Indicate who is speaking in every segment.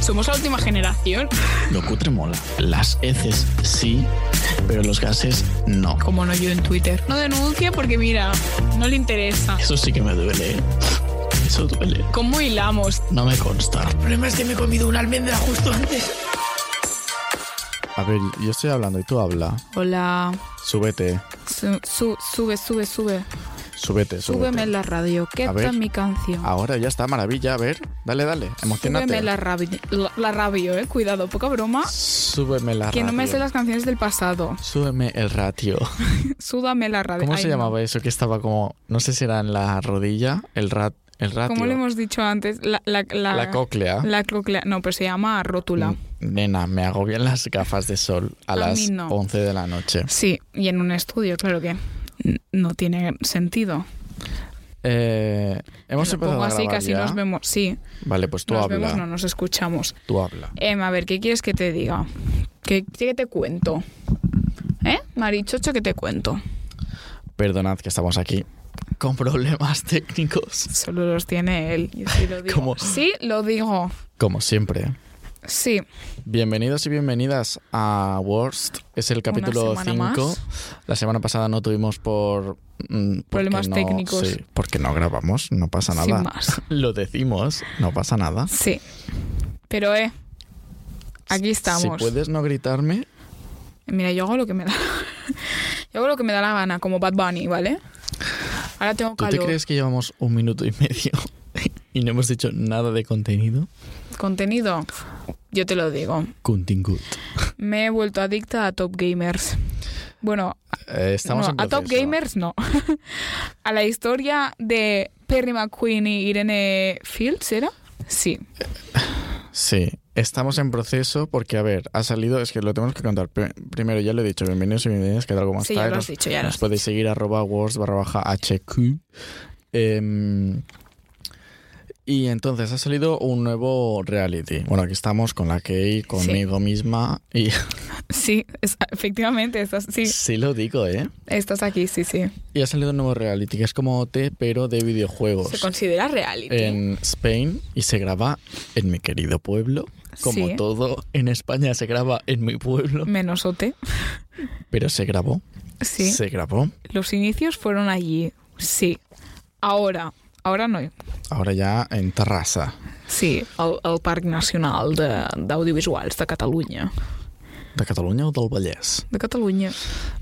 Speaker 1: somos la última generación.
Speaker 2: Lo cutre mola. Las heces sí, pero los gases no.
Speaker 1: Como no yo en Twitter. No denuncia porque mira, no le interesa.
Speaker 2: Eso sí que me duele. ¿eh? Eso duele.
Speaker 1: ¿Cómo hilamos?
Speaker 2: No me consta.
Speaker 3: El problema es que me he comido una almendra justo antes.
Speaker 4: A ver, yo estoy hablando y tú habla.
Speaker 1: Hola.
Speaker 4: Súbete,
Speaker 1: Su- su- sube, sube, sube.
Speaker 4: súbete, súbete.
Speaker 1: Súbeme la radio. ¿Qué
Speaker 4: A ver.
Speaker 1: tal mi canción?
Speaker 4: Ahora ya está, maravilla. A ver, dale, dale. Emocionate.
Speaker 1: Súbeme la radio. La, la radio, eh. Cuidado, poca broma.
Speaker 4: Súbeme la
Speaker 1: Que no me
Speaker 4: radio.
Speaker 1: sé las canciones del pasado.
Speaker 4: Súbeme el ratio.
Speaker 1: Súdame la radio.
Speaker 4: ¿Cómo
Speaker 1: Ay,
Speaker 4: se
Speaker 1: no.
Speaker 4: llamaba eso que estaba como, no sé si era en la rodilla, el rat, el ratio,
Speaker 1: ¿Cómo le hemos dicho antes? La, la, la,
Speaker 4: la Mm. cóclea?
Speaker 1: la cóclea. No, pero se llama rótula.
Speaker 4: N- Nena, me agobian las gafas de sol a,
Speaker 1: A
Speaker 4: las
Speaker 1: mí no.
Speaker 4: 11 de la noche.
Speaker 1: Sí, y en un estudio, claro que n- no tiene sentido.
Speaker 4: Eh, hemos
Speaker 1: Lo
Speaker 4: empezado
Speaker 1: pongo
Speaker 4: a
Speaker 1: así,
Speaker 4: grabar
Speaker 1: casi
Speaker 4: ya.
Speaker 1: nos vemos. Sí,
Speaker 4: Vale, pues tú
Speaker 1: nos
Speaker 4: habla.
Speaker 1: vemos, no nos escuchamos.
Speaker 4: Tú habla.
Speaker 1: Em, a ver, ¿qué quieres que te diga? ¿Qué, qué te cuento? ¿Eh? Marichocho, ¿qué te cuento?
Speaker 4: Perdonad que estamos aquí con problemas técnicos.
Speaker 1: Solo los tiene él. Yo sí lo digo.
Speaker 4: ¿Cómo?
Speaker 1: Sí, lo digo.
Speaker 4: Como siempre.
Speaker 1: Sí.
Speaker 4: Bienvenidos y bienvenidas a Worst. Es el capítulo
Speaker 1: semana
Speaker 4: 5. La semana pasada no tuvimos por... mm, porque
Speaker 1: Problemas
Speaker 4: no-
Speaker 1: técnicos.
Speaker 4: Sí, porque no grabamos, no pasa nada.
Speaker 1: Sin más.
Speaker 4: Lo decimos, no pasa nada.
Speaker 1: Sí. Pero, eh. Aquí estamos.
Speaker 4: Si puedes no gritarme,
Speaker 1: Mira, yo hago lo que me da. yo hago lo que me da la gana, como Bad Bunny, ¿vale? Ahora tengo
Speaker 4: ¿tú
Speaker 1: calor.
Speaker 4: te crees que llevamos un minuto y medio y no hemos dicho nada de contenido?
Speaker 1: Contenido. Yo te lo digo.
Speaker 4: Contingut.
Speaker 1: Me he vuelto adicta a Top Gamers. Bueno,
Speaker 4: Eh, estamos
Speaker 1: no,
Speaker 4: en
Speaker 1: a Top
Speaker 4: proceso.
Speaker 1: Gamers no. a la historia de Perry McQueen y Irene Fields, ¿era? Sí.
Speaker 4: Sí, estamos en proceso porque, a ver, ha salido, es que lo tenemos que contar. Pri- Primero, ya lo he dicho, bienvenidos y bienvenidas, que tal como
Speaker 1: Sí,
Speaker 4: está.
Speaker 1: ya lo
Speaker 4: nos-
Speaker 1: has dicho, ya lo
Speaker 4: Nos
Speaker 1: has
Speaker 4: podéis seguir arroba words barra baja HQ. Em, y entonces ha salido un nuevo reality. Bueno, aquí estamos con la Key, conmigo misma. Y
Speaker 1: Sí, es- efectivamente, estás, sí,
Speaker 4: sí lo digo, ¿eh?
Speaker 1: estás aquí, sí, sí.
Speaker 4: Y ha salido un nuevo reality que es como OT, pero de videojuegos.
Speaker 1: Se considera reality.
Speaker 4: en Spain y se graba en mi querido pueblo. Como
Speaker 1: Sí.
Speaker 4: todo en España se graba en mi pueblo.
Speaker 1: Menos OT.
Speaker 4: Pero se grabó.
Speaker 1: Sí.
Speaker 4: Se grabó.
Speaker 1: Los inicios fueron allí, sí. Ahora, ahora no.
Speaker 4: Ahora ya en Terrassa
Speaker 1: Sí, al, al Parc Nacional de- d'Audiovisuals de Catalunya.
Speaker 4: ¿De Cataluña o del Vallès?
Speaker 1: De Catalunya.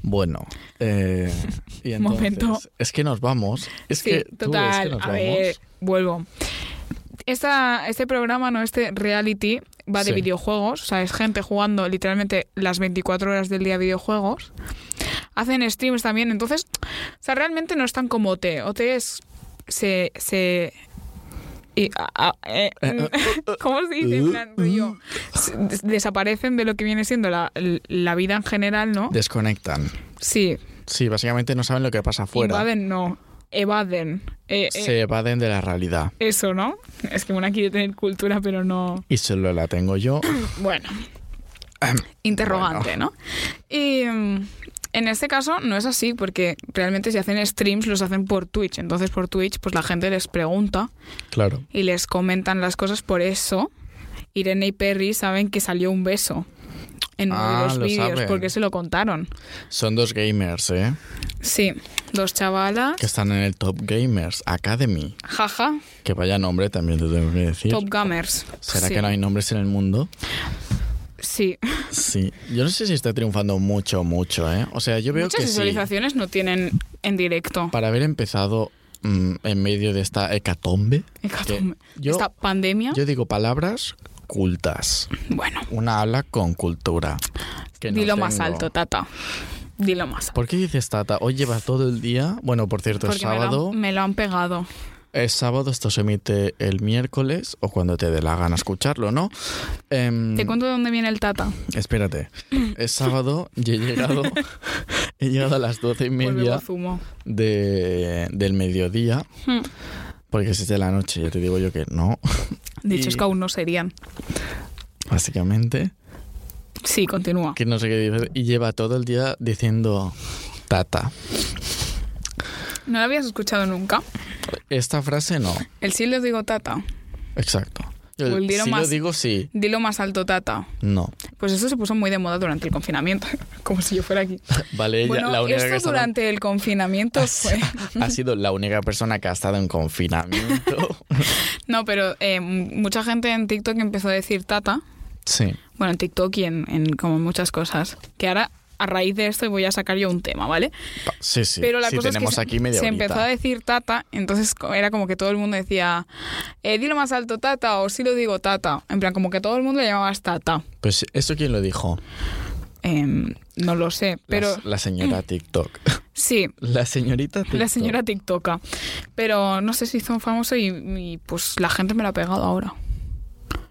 Speaker 4: Bueno. eh, y entonces,
Speaker 1: Momento.
Speaker 4: Es que nos vamos. Es
Speaker 1: sí,
Speaker 4: que, tú, es que
Speaker 1: total.
Speaker 4: nos
Speaker 1: a
Speaker 4: vamos.
Speaker 1: ver, vuelvo. Esta, este programa, no este reality, va de
Speaker 4: Sí.
Speaker 1: videojuegos. O sea, es gente jugando literalmente las 24 horas del día videojuegos. Hacen streams también. Entonces, o sea, realmente no es tan como OT. OT es... Se... se y, a- a- eh, ¿Cómo se dice? En plan, rollo, se- des- Desaparecen de lo que viene siendo la, la vida en general, ¿no?
Speaker 4: Desconectan.
Speaker 1: Sí.
Speaker 4: Sí, básicamente no saben lo que pasa afuera.
Speaker 1: Invaden, no. Evaden. Eh, eh,
Speaker 4: Se evaden de la realidad.
Speaker 1: Eso, ¿no? Es que una quiere tener cultura, pero no.
Speaker 4: Y solo la tengo yo.
Speaker 1: Bueno.
Speaker 4: Em,
Speaker 1: Interrogante, ¿no? Y mm, en este caso no es así, porque realmente si hacen streams los hacen por Twitch. Entonces por Twitch, pues la gente les pregunta
Speaker 4: Claro.
Speaker 1: y les comentan las cosas. Por eso, Irene y Perry saben que salió un beso en uno
Speaker 4: Ah,
Speaker 1: de los
Speaker 4: lo
Speaker 1: vídeos,
Speaker 4: saben.
Speaker 1: porque se lo contaron.
Speaker 4: Son dos gamers, ¿eh?
Speaker 1: Sí, dos chavalas.
Speaker 4: Que están en el Top Gamers Academy.
Speaker 1: Jaja,
Speaker 4: Que vaya nombre también te tengo que decir.
Speaker 1: Top Gamers.
Speaker 4: ¿Será
Speaker 1: Sí,
Speaker 4: que no hay nombres en el mundo?
Speaker 1: Sí.
Speaker 4: Sí. Yo no sé si está triunfando mucho, mucho, ¿eh? O sea, yo veo
Speaker 1: Muchas
Speaker 4: que sí.
Speaker 1: visualizaciones no tienen en directo.
Speaker 4: Para haber empezado mm, en medio de esta hecatombe.
Speaker 1: Hecatombe.
Speaker 4: que Yo,
Speaker 1: Esta pandemia.
Speaker 4: yo digo palabras cultas.
Speaker 1: bueno,
Speaker 4: Una habla con cultura. que no
Speaker 1: dilo más
Speaker 4: tengo.
Speaker 1: alto, Tata. Dilo más alto.
Speaker 4: ¿Por qué dices Tata? Hoy lleva todo el día. Bueno, por cierto, es
Speaker 1: Porque me lo han-
Speaker 4: sábado.
Speaker 1: Me, lo, han pegado.
Speaker 4: Es sábado, esto se emite el miércoles o cuando te dé la gana escucharlo, ¿no? Em,
Speaker 1: Te cuento de dónde viene el Tata.
Speaker 4: Espérate. Es sábado y he llegado, he llegado a las doce y
Speaker 1: Vuelvo
Speaker 4: media
Speaker 1: zumo.
Speaker 4: de- del mediodía,
Speaker 1: Hmm.
Speaker 4: porque si es de la noche, ya te digo yo que no,
Speaker 1: Dichos
Speaker 4: Y-
Speaker 1: que aún no serían.
Speaker 4: básicamente.
Speaker 1: Sí, continúa.
Speaker 4: Que no sé qué dice. Y lleva todo el día diciendo tata.
Speaker 1: No lo habías escuchado nunca.
Speaker 4: Esta frase no.
Speaker 1: El sí les digo Tata.
Speaker 4: Exacto.
Speaker 1: el dieron
Speaker 4: si lo
Speaker 1: más-
Speaker 4: digo, sí.
Speaker 1: Dilo más alto, tata.
Speaker 4: No.
Speaker 1: Pues eso se puso muy de moda durante el confinamiento, como si yo fuera aquí.
Speaker 4: Vale, ella-
Speaker 1: bueno,
Speaker 4: la única que ha
Speaker 1: esto
Speaker 4: estado-
Speaker 1: durante el confinamiento fue...
Speaker 4: ha sido la única persona que ha estado en confinamiento.
Speaker 1: No, pero eh, mucha gente en TikTok empezó a decir tata.
Speaker 4: sí.
Speaker 1: Bueno, en TikTok y en, en como muchas cosas. Que ahora, a raíz de esto, voy a sacar yo un tema, ¿vale?
Speaker 4: Pa- Sí, sí.
Speaker 1: pero la
Speaker 4: sí,
Speaker 1: cosa es que
Speaker 4: tenemos
Speaker 1: se-
Speaker 4: aquí media
Speaker 1: se empezó
Speaker 4: horita.
Speaker 1: a decir tata, entonces co- era como que todo el mundo decía, eh, dilo más alto tata o si lo digo tata. En plan, como que todo el mundo le llamabas tata.
Speaker 4: Pues, ¿esto quién lo dijo?
Speaker 1: Em, no lo sé, pero
Speaker 4: Pero... La, señora TikTok.
Speaker 1: sí,
Speaker 4: La señorita TikTok.
Speaker 1: la señora TikToka. Pero no sé si hizo un famoso y, y, pues la gente me lo ha pegado ahora.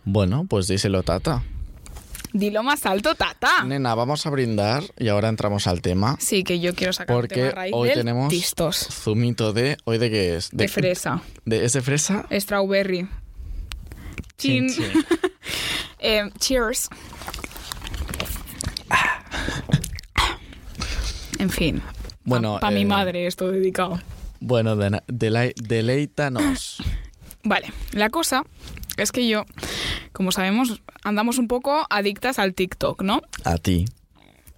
Speaker 4: Bueno, pues díselo, Tata.
Speaker 1: Dilo más alto tata.
Speaker 4: Nena, vamos a brindar y ahora entramos al tema.
Speaker 1: Sí, que yo quiero sacar
Speaker 4: Porque
Speaker 1: un tema a raíz
Speaker 4: hoy
Speaker 1: del
Speaker 4: tenemos
Speaker 1: tistos
Speaker 4: Zumito de... ¿Hoy de qué es?
Speaker 1: de fresa,
Speaker 4: de- ¿Es de fresa?
Speaker 1: strawberry. Chin.
Speaker 4: Chin, chin.
Speaker 1: Em, cheers. En fin.
Speaker 4: Bueno,
Speaker 1: Para mi
Speaker 4: eh,
Speaker 1: madre esto dedicado.
Speaker 4: Bueno, dena- delai- deleítanos.
Speaker 1: Vale, la cosa es que yo, como sabemos, andamos un poco adictas al TikTok, ¿no?
Speaker 4: A ti.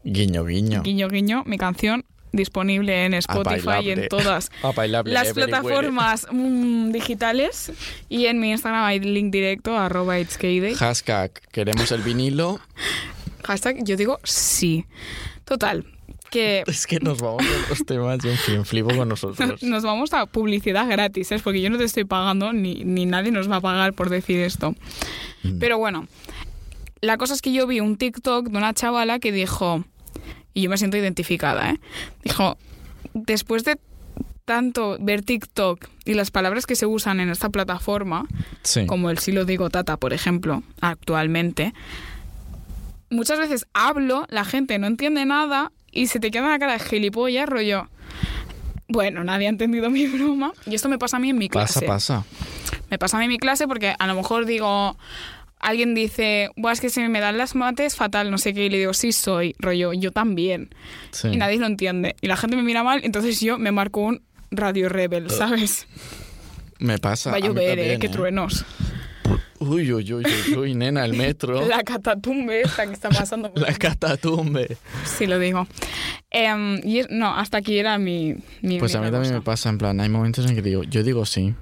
Speaker 4: Guiño, guiño.
Speaker 1: Guiño, guiño, mi canción disponible en Spotify y en
Speaker 4: Ah, bailable.
Speaker 1: todas
Speaker 4: A bailable
Speaker 1: las
Speaker 4: everywhere.
Speaker 1: plataformas mm, digitales. Y en mi Instagram hay link directo, arroba it's Kayday.
Speaker 4: Hashtag, queremos el vinilo.
Speaker 1: Hashtag yo digo sí. Total, que
Speaker 4: Es que nos vamos a los temas, yo en fin, flipo con nosotros.
Speaker 1: Nos vamos a publicidad gratis, ¿eh? porque yo no te estoy pagando ni, ni nadie nos va a pagar por decir esto. Pero bueno, la cosa es que yo vi un TikTok de una chavala que dijo, y yo me siento identificada, ¿eh? dijo, después de tanto ver TikTok y las palabras que se usan en esta plataforma,
Speaker 4: Sí.
Speaker 1: como el si lo digo tata, por ejemplo, actualmente, muchas veces hablo, la gente no entiende nada y se te queda una cara de gilipollas, rollo. Bueno, nadie ha entendido mi broma. Y esto me pasa a mí en mi
Speaker 4: Pasa,
Speaker 1: clase.
Speaker 4: pasa.
Speaker 1: Me pasa a mí en mi clase porque a lo mejor digo. Alguien dice, Buah, es que se me dan las mates fatal, no sé qué, y le digo, sí soy, rollo, yo también.
Speaker 4: Sí.
Speaker 1: Y nadie lo entiende. Y la gente me mira mal, entonces yo me marco un Radio Rebel, ¿sabes?
Speaker 4: Me pasa.
Speaker 1: Va a
Speaker 4: mí
Speaker 1: llover, ¿eh?
Speaker 4: también,
Speaker 1: Qué truenos.
Speaker 4: Uy, uy, uy, uy, uy, nena, el metro. la...
Speaker 1: La catatumbe esta que está pasando. por aquí.
Speaker 4: catatumbe.
Speaker 1: Sí, lo digo. Em, y es- no, hasta aquí era mi. mi
Speaker 4: Pues a mí
Speaker 1: única
Speaker 4: también me
Speaker 1: cosa.
Speaker 4: pasa, en plan, hay momentos en que digo, yo digo sí.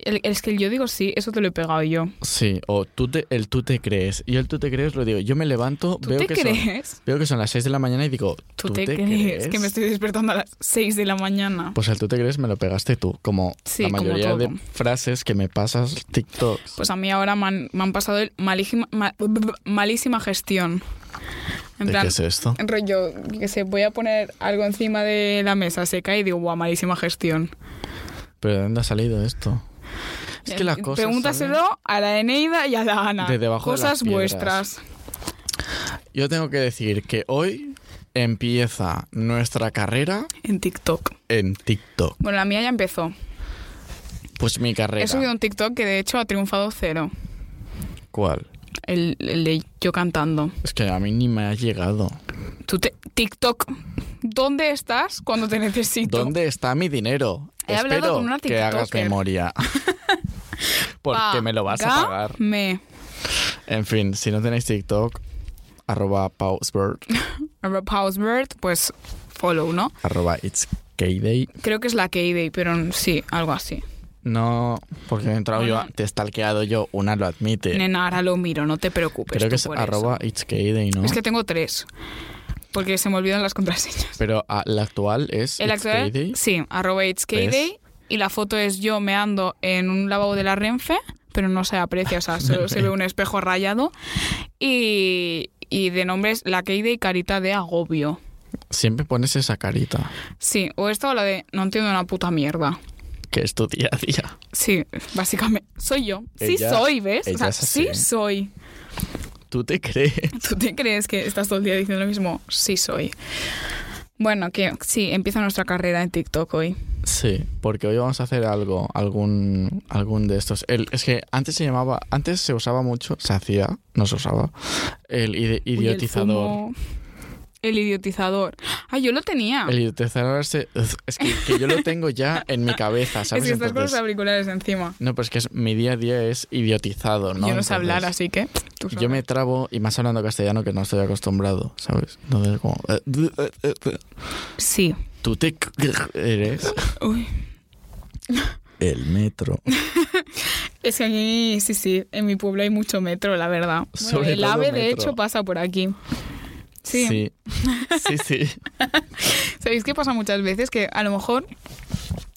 Speaker 1: El- es que el yo digo sí, eso te lo he pegado yo.
Speaker 4: Sí, o tú te, el tú te crees. Y el tú te crees lo digo, yo me levanto,
Speaker 1: ¿Tú
Speaker 4: veo
Speaker 1: te
Speaker 4: que son...
Speaker 1: crees?
Speaker 4: Veo que son las 6 de la mañana y digo,
Speaker 1: ¿Tú, te, crees, que me estoy despertando a las 6 de la mañana?
Speaker 4: Pues el tú te crees me lo pegaste tú, como
Speaker 1: Sí,
Speaker 4: la
Speaker 1: como
Speaker 4: mayoría
Speaker 1: todo.
Speaker 4: de frases que me pasas TikToks.
Speaker 1: Pues a mí ahora me han, me han pasado el malísima, ma- malísima gestión. En
Speaker 4: ¿De
Speaker 1: plan,
Speaker 4: qué es esto?
Speaker 1: rollo, que se voy a poner algo encima de la mesa, se cae y digo, guau, malísima gestión.
Speaker 4: ¿Pero de dónde ha salido esto? Es que las
Speaker 1: Eh,
Speaker 4: cosas.
Speaker 1: Pregúntaselo
Speaker 4: ¿sabes?
Speaker 1: a la Eneida y a la Ana.
Speaker 4: De debajo de las
Speaker 1: Cosas
Speaker 4: piedras.
Speaker 1: vuestras.
Speaker 4: Yo tengo que decir que hoy empieza nuestra carrera
Speaker 1: En TikTok.
Speaker 4: en TikTok.
Speaker 1: Bueno, la mía ya empezó.
Speaker 4: Pues mi carrera.
Speaker 1: He subido un TikTok que de hecho ha triunfado cero.
Speaker 4: ¿Cuál?
Speaker 1: El, el de yo cantando.
Speaker 4: Es que a mí ni me ha llegado.
Speaker 1: Tú te- TikTok, ¿dónde estás cuando te necesito?
Speaker 4: ¿Dónde está mi dinero?
Speaker 1: He hablado
Speaker 4: Espero
Speaker 1: con una
Speaker 4: que hagas
Speaker 1: tiktoker.
Speaker 4: memoria. Porque me lo vas a pagar.
Speaker 1: Me.
Speaker 4: En fin, si no tenéis TikTok, arroba pausbird,
Speaker 1: Rob Housebird, pues follow, ¿no?
Speaker 4: arroba it's K-Day.
Speaker 1: Creo que es la K-Day, pero sí, algo así.
Speaker 4: No, porque he entrado yo,
Speaker 1: Bueno.
Speaker 4: te he stalkeado yo, una lo admite.
Speaker 1: Nena, ahora lo miro, no te preocupes.
Speaker 4: Creo
Speaker 1: tú
Speaker 4: que es
Speaker 1: por eso.
Speaker 4: arroba it's K-Day, ¿no?
Speaker 1: Es que tengo tres. Porque se me olvidan las contraseñas.
Speaker 4: Pero ah, la actual es
Speaker 1: El
Speaker 4: It's
Speaker 1: actual,
Speaker 4: K-Day.
Speaker 1: sí, arroba it's
Speaker 4: ¿Ves?
Speaker 1: K-Day. Y la foto es yo meando en un lavabo de la Renfe, pero no se aprecia, o sea, solo se ve un espejo rayado. Y, y de nombres la K-Day Carita de Agobio.
Speaker 4: Siempre pones esa carita,
Speaker 1: Sí, o esto o la de no entiendo una puta mierda.
Speaker 4: que es tu día a día.
Speaker 1: Sí, básicamente. Soy yo. Sí
Speaker 4: Ella-
Speaker 1: soy, ¿ves?
Speaker 4: ella
Speaker 1: O sea,
Speaker 4: es
Speaker 1: sí
Speaker 4: así.
Speaker 1: soy.
Speaker 4: ¿Tú te crees?
Speaker 1: ¿Tú te crees que estás todo el día diciendo lo mismo? Sí soy. Bueno, que sí, empieza nuestra carrera en TikTok hoy.
Speaker 4: Sí, porque hoy vamos a hacer algo, algún, algún de estos. El, es que antes se llamaba, antes se usaba mucho, se hacía, no se usaba, el ide-
Speaker 1: Uy, el
Speaker 4: idiotizador.
Speaker 1: zumo.
Speaker 4: el,
Speaker 1: el idiotizador. Ay, yo lo tenía.
Speaker 4: El idiotizador ese- es que, que yo lo tengo ya en mi cabeza,
Speaker 1: es
Speaker 4: ¿sabes?
Speaker 1: que estás con los
Speaker 4: Entonces-
Speaker 1: auriculares encima.
Speaker 4: no, pues que es, mi día a día es idiotizado, ¿no?
Speaker 1: yo no sé
Speaker 4: Entonces,
Speaker 1: hablar, así que. tú
Speaker 4: Yo
Speaker 1: sabrás.
Speaker 4: me trabo y más hablando castellano que no estoy acostumbrado, ¿sabes? Entonces, como. eh, eh, eh, eh,
Speaker 1: Sí.
Speaker 4: Tú te eres
Speaker 1: Uy.
Speaker 4: el metro.
Speaker 1: Es que aquí, sí, sí, en mi pueblo hay mucho metro, la verdad. Bueno,
Speaker 4: Sobre
Speaker 1: el
Speaker 4: todo
Speaker 1: ave, de
Speaker 4: metro.
Speaker 1: hecho, pasa por aquí. Sí.
Speaker 4: Sí, sí. sí.
Speaker 1: ¿Sabéis qué pasa muchas veces? Que a lo mejor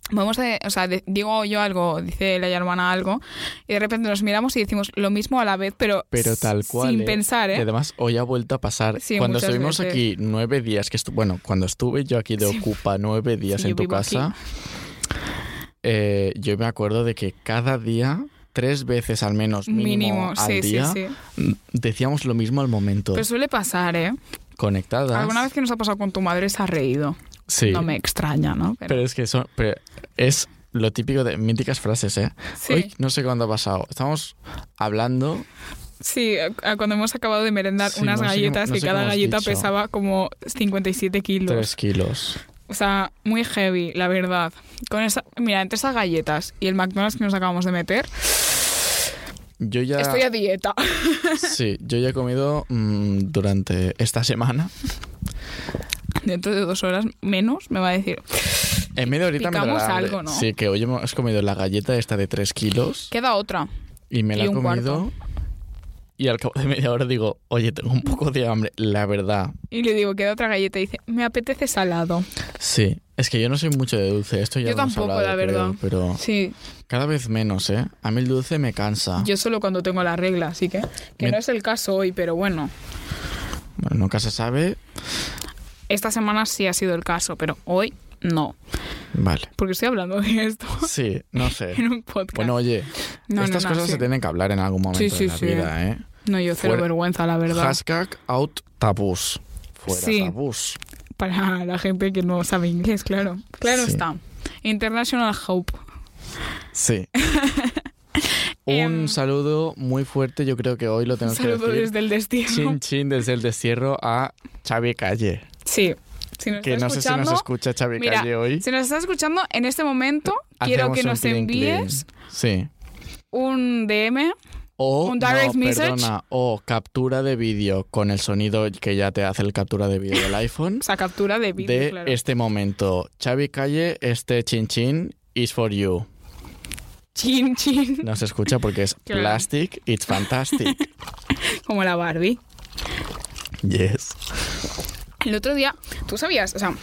Speaker 1: vamos a... O sea, de- digo yo algo, dice la hermana algo, y de repente nos miramos y decimos lo mismo a la vez, pero,
Speaker 4: Pero tal cual.
Speaker 1: sin
Speaker 4: ¿eh?
Speaker 1: pensar,
Speaker 4: Y
Speaker 1: ¿eh?
Speaker 4: además, hoy ha vuelto a pasar.
Speaker 1: Sí,
Speaker 4: cuando
Speaker 1: muchas
Speaker 4: estuvimos
Speaker 1: veces.
Speaker 4: aquí nueve días, que estu- bueno, cuando estuve yo aquí de
Speaker 1: Sí.
Speaker 4: Ocupa nueve días
Speaker 1: Sí,
Speaker 4: en
Speaker 1: yo
Speaker 4: tu
Speaker 1: vivo aquí.
Speaker 4: casa, eh, yo me acuerdo de que cada día, tres veces al menos mínimo,
Speaker 1: Mínimo,
Speaker 4: al
Speaker 1: sí,
Speaker 4: día,
Speaker 1: sí, sí.
Speaker 4: decíamos lo mismo al momento.
Speaker 1: Pero suele pasar, ¿eh?
Speaker 4: conectadas.
Speaker 1: Alguna vez que nos ha pasado con tu madre se ha reído.
Speaker 4: Sí.
Speaker 1: No me extraña, ¿no? Pero-
Speaker 4: Pero es que son, pero es lo típico de míticas frases, ¿eh?
Speaker 1: sí,
Speaker 4: Hoy no sé cuándo ha pasado. Estamos hablando.
Speaker 1: sí, a- a cuando hemos acabado de merendar
Speaker 4: Sí,
Speaker 1: unas
Speaker 4: no sé cómo-
Speaker 1: galletas
Speaker 4: no
Speaker 1: que
Speaker 4: sé
Speaker 1: cada
Speaker 4: cómo has
Speaker 1: galleta
Speaker 4: dicho.
Speaker 1: pesaba como 57 kilos.
Speaker 4: Tres kilos.
Speaker 1: O sea, muy heavy, la verdad. Con esa, mira, entre esas galletas y el McDonald's que nos acabamos de meter,
Speaker 4: Yo ya.
Speaker 1: estoy a dieta.
Speaker 4: Sí, yo ya he comido mm, durante esta semana.
Speaker 1: Dentro de dos horas menos me va a decir,
Speaker 4: En media horita me
Speaker 1: Picamos
Speaker 4: dará hambre.
Speaker 1: algo, ¿no?
Speaker 4: Sí, que hoy hemos comido la galleta esta de 3 kilos
Speaker 1: queda otra.
Speaker 4: y me la
Speaker 1: y
Speaker 4: he
Speaker 1: un
Speaker 4: comido. Y al cabo de media hora digo, oye, tengo un poco de hambre. La verdad,
Speaker 1: Y le digo, queda otra galleta. Y dice, me apetece salado.
Speaker 4: sí. Es que yo no soy mucho de dulce. Esto ya
Speaker 1: Yo
Speaker 4: lo hemos
Speaker 1: tampoco,
Speaker 4: hablado,
Speaker 1: la verdad.
Speaker 4: creo, pero
Speaker 1: Sí,
Speaker 4: cada vez menos, ¿eh? A mí el dulce me cansa.
Speaker 1: yo solo cuando tengo la regla, así que... Que
Speaker 4: Ah. Me-
Speaker 1: no es el caso hoy, pero bueno.
Speaker 4: Bueno, nunca se sabe.
Speaker 1: Esta semana sí ha sido el caso, pero hoy no.
Speaker 4: Vale.
Speaker 1: Porque estoy hablando de esto
Speaker 4: Sí, no sé.
Speaker 1: en un podcast.
Speaker 4: Bueno, oye,
Speaker 1: no, no,
Speaker 4: estas
Speaker 1: no,
Speaker 4: cosas
Speaker 1: sí.
Speaker 4: se tienen que hablar en algún momento
Speaker 1: Sí, sí,
Speaker 4: de la
Speaker 1: sí.
Speaker 4: vida, ¿eh?
Speaker 1: No, yo cero
Speaker 4: Fuera-
Speaker 1: vergüenza, la verdad.
Speaker 4: Hashtag out tabús. Fuera
Speaker 1: Sí.
Speaker 4: tabús.
Speaker 1: Para la gente que no sabe inglés, claro. Claro
Speaker 4: Sí.
Speaker 1: está. International Hope.
Speaker 4: Sí.
Speaker 1: Em,
Speaker 4: Un saludo muy fuerte, yo creo que hoy lo
Speaker 1: Un
Speaker 4: tenemos que
Speaker 1: saludo
Speaker 4: decir.
Speaker 1: desde el destino.
Speaker 4: Chin chin desde el destierro a Xavi Calle.
Speaker 1: Sí. Si nos
Speaker 4: Que
Speaker 1: está
Speaker 4: no sé si
Speaker 1: escuchando,
Speaker 4: nos escucha Xavi
Speaker 1: mira,
Speaker 4: Calle hoy.
Speaker 1: si nos está escuchando en este momento, quiero
Speaker 4: Hacemos
Speaker 1: que
Speaker 4: un
Speaker 1: nos
Speaker 4: clean, clean.
Speaker 1: envíes
Speaker 4: Sí.
Speaker 1: un DM.
Speaker 4: O,
Speaker 1: un direct
Speaker 4: no,
Speaker 1: message.
Speaker 4: perdona, o captura de vídeo con el sonido que ya te hace el captura de vídeo del iPhone
Speaker 1: O sea, captura de vídeo,
Speaker 4: de
Speaker 1: claro.
Speaker 4: este momento. Xavi Calle, este chin chin is for you.
Speaker 1: Chin, chin.
Speaker 4: No se escucha porque es
Speaker 1: Claro.
Speaker 4: plastic, it's fantastic.
Speaker 1: Como la Barbie.
Speaker 4: Yes.
Speaker 1: El otro día, ¿tú sabías? O sea,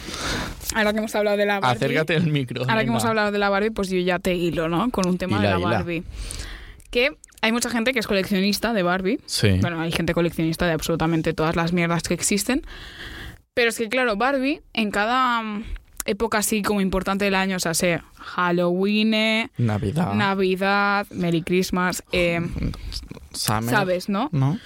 Speaker 1: ahora que hemos hablado de la Barbie.
Speaker 4: Acércate al micro.
Speaker 1: Ahora que
Speaker 4: nena.
Speaker 1: hemos hablado de la Barbie, pues yo ya te hilo, ¿no? Con un tema de
Speaker 4: Hila,
Speaker 1: la
Speaker 4: hila.
Speaker 1: Barbie. Que hay mucha gente que es coleccionista de Barbie.
Speaker 4: Sí.
Speaker 1: Bueno, hay gente coleccionista de absolutamente todas las mierdas que existen. Pero es que, claro, Barbie, en cada mm, época así como importante del año, o sea, sé Halloween, eh,
Speaker 4: Navidad.
Speaker 1: Navidad, Merry Christmas, eh,
Speaker 4: Summer,
Speaker 1: ¿sabes, no?
Speaker 4: ¿No?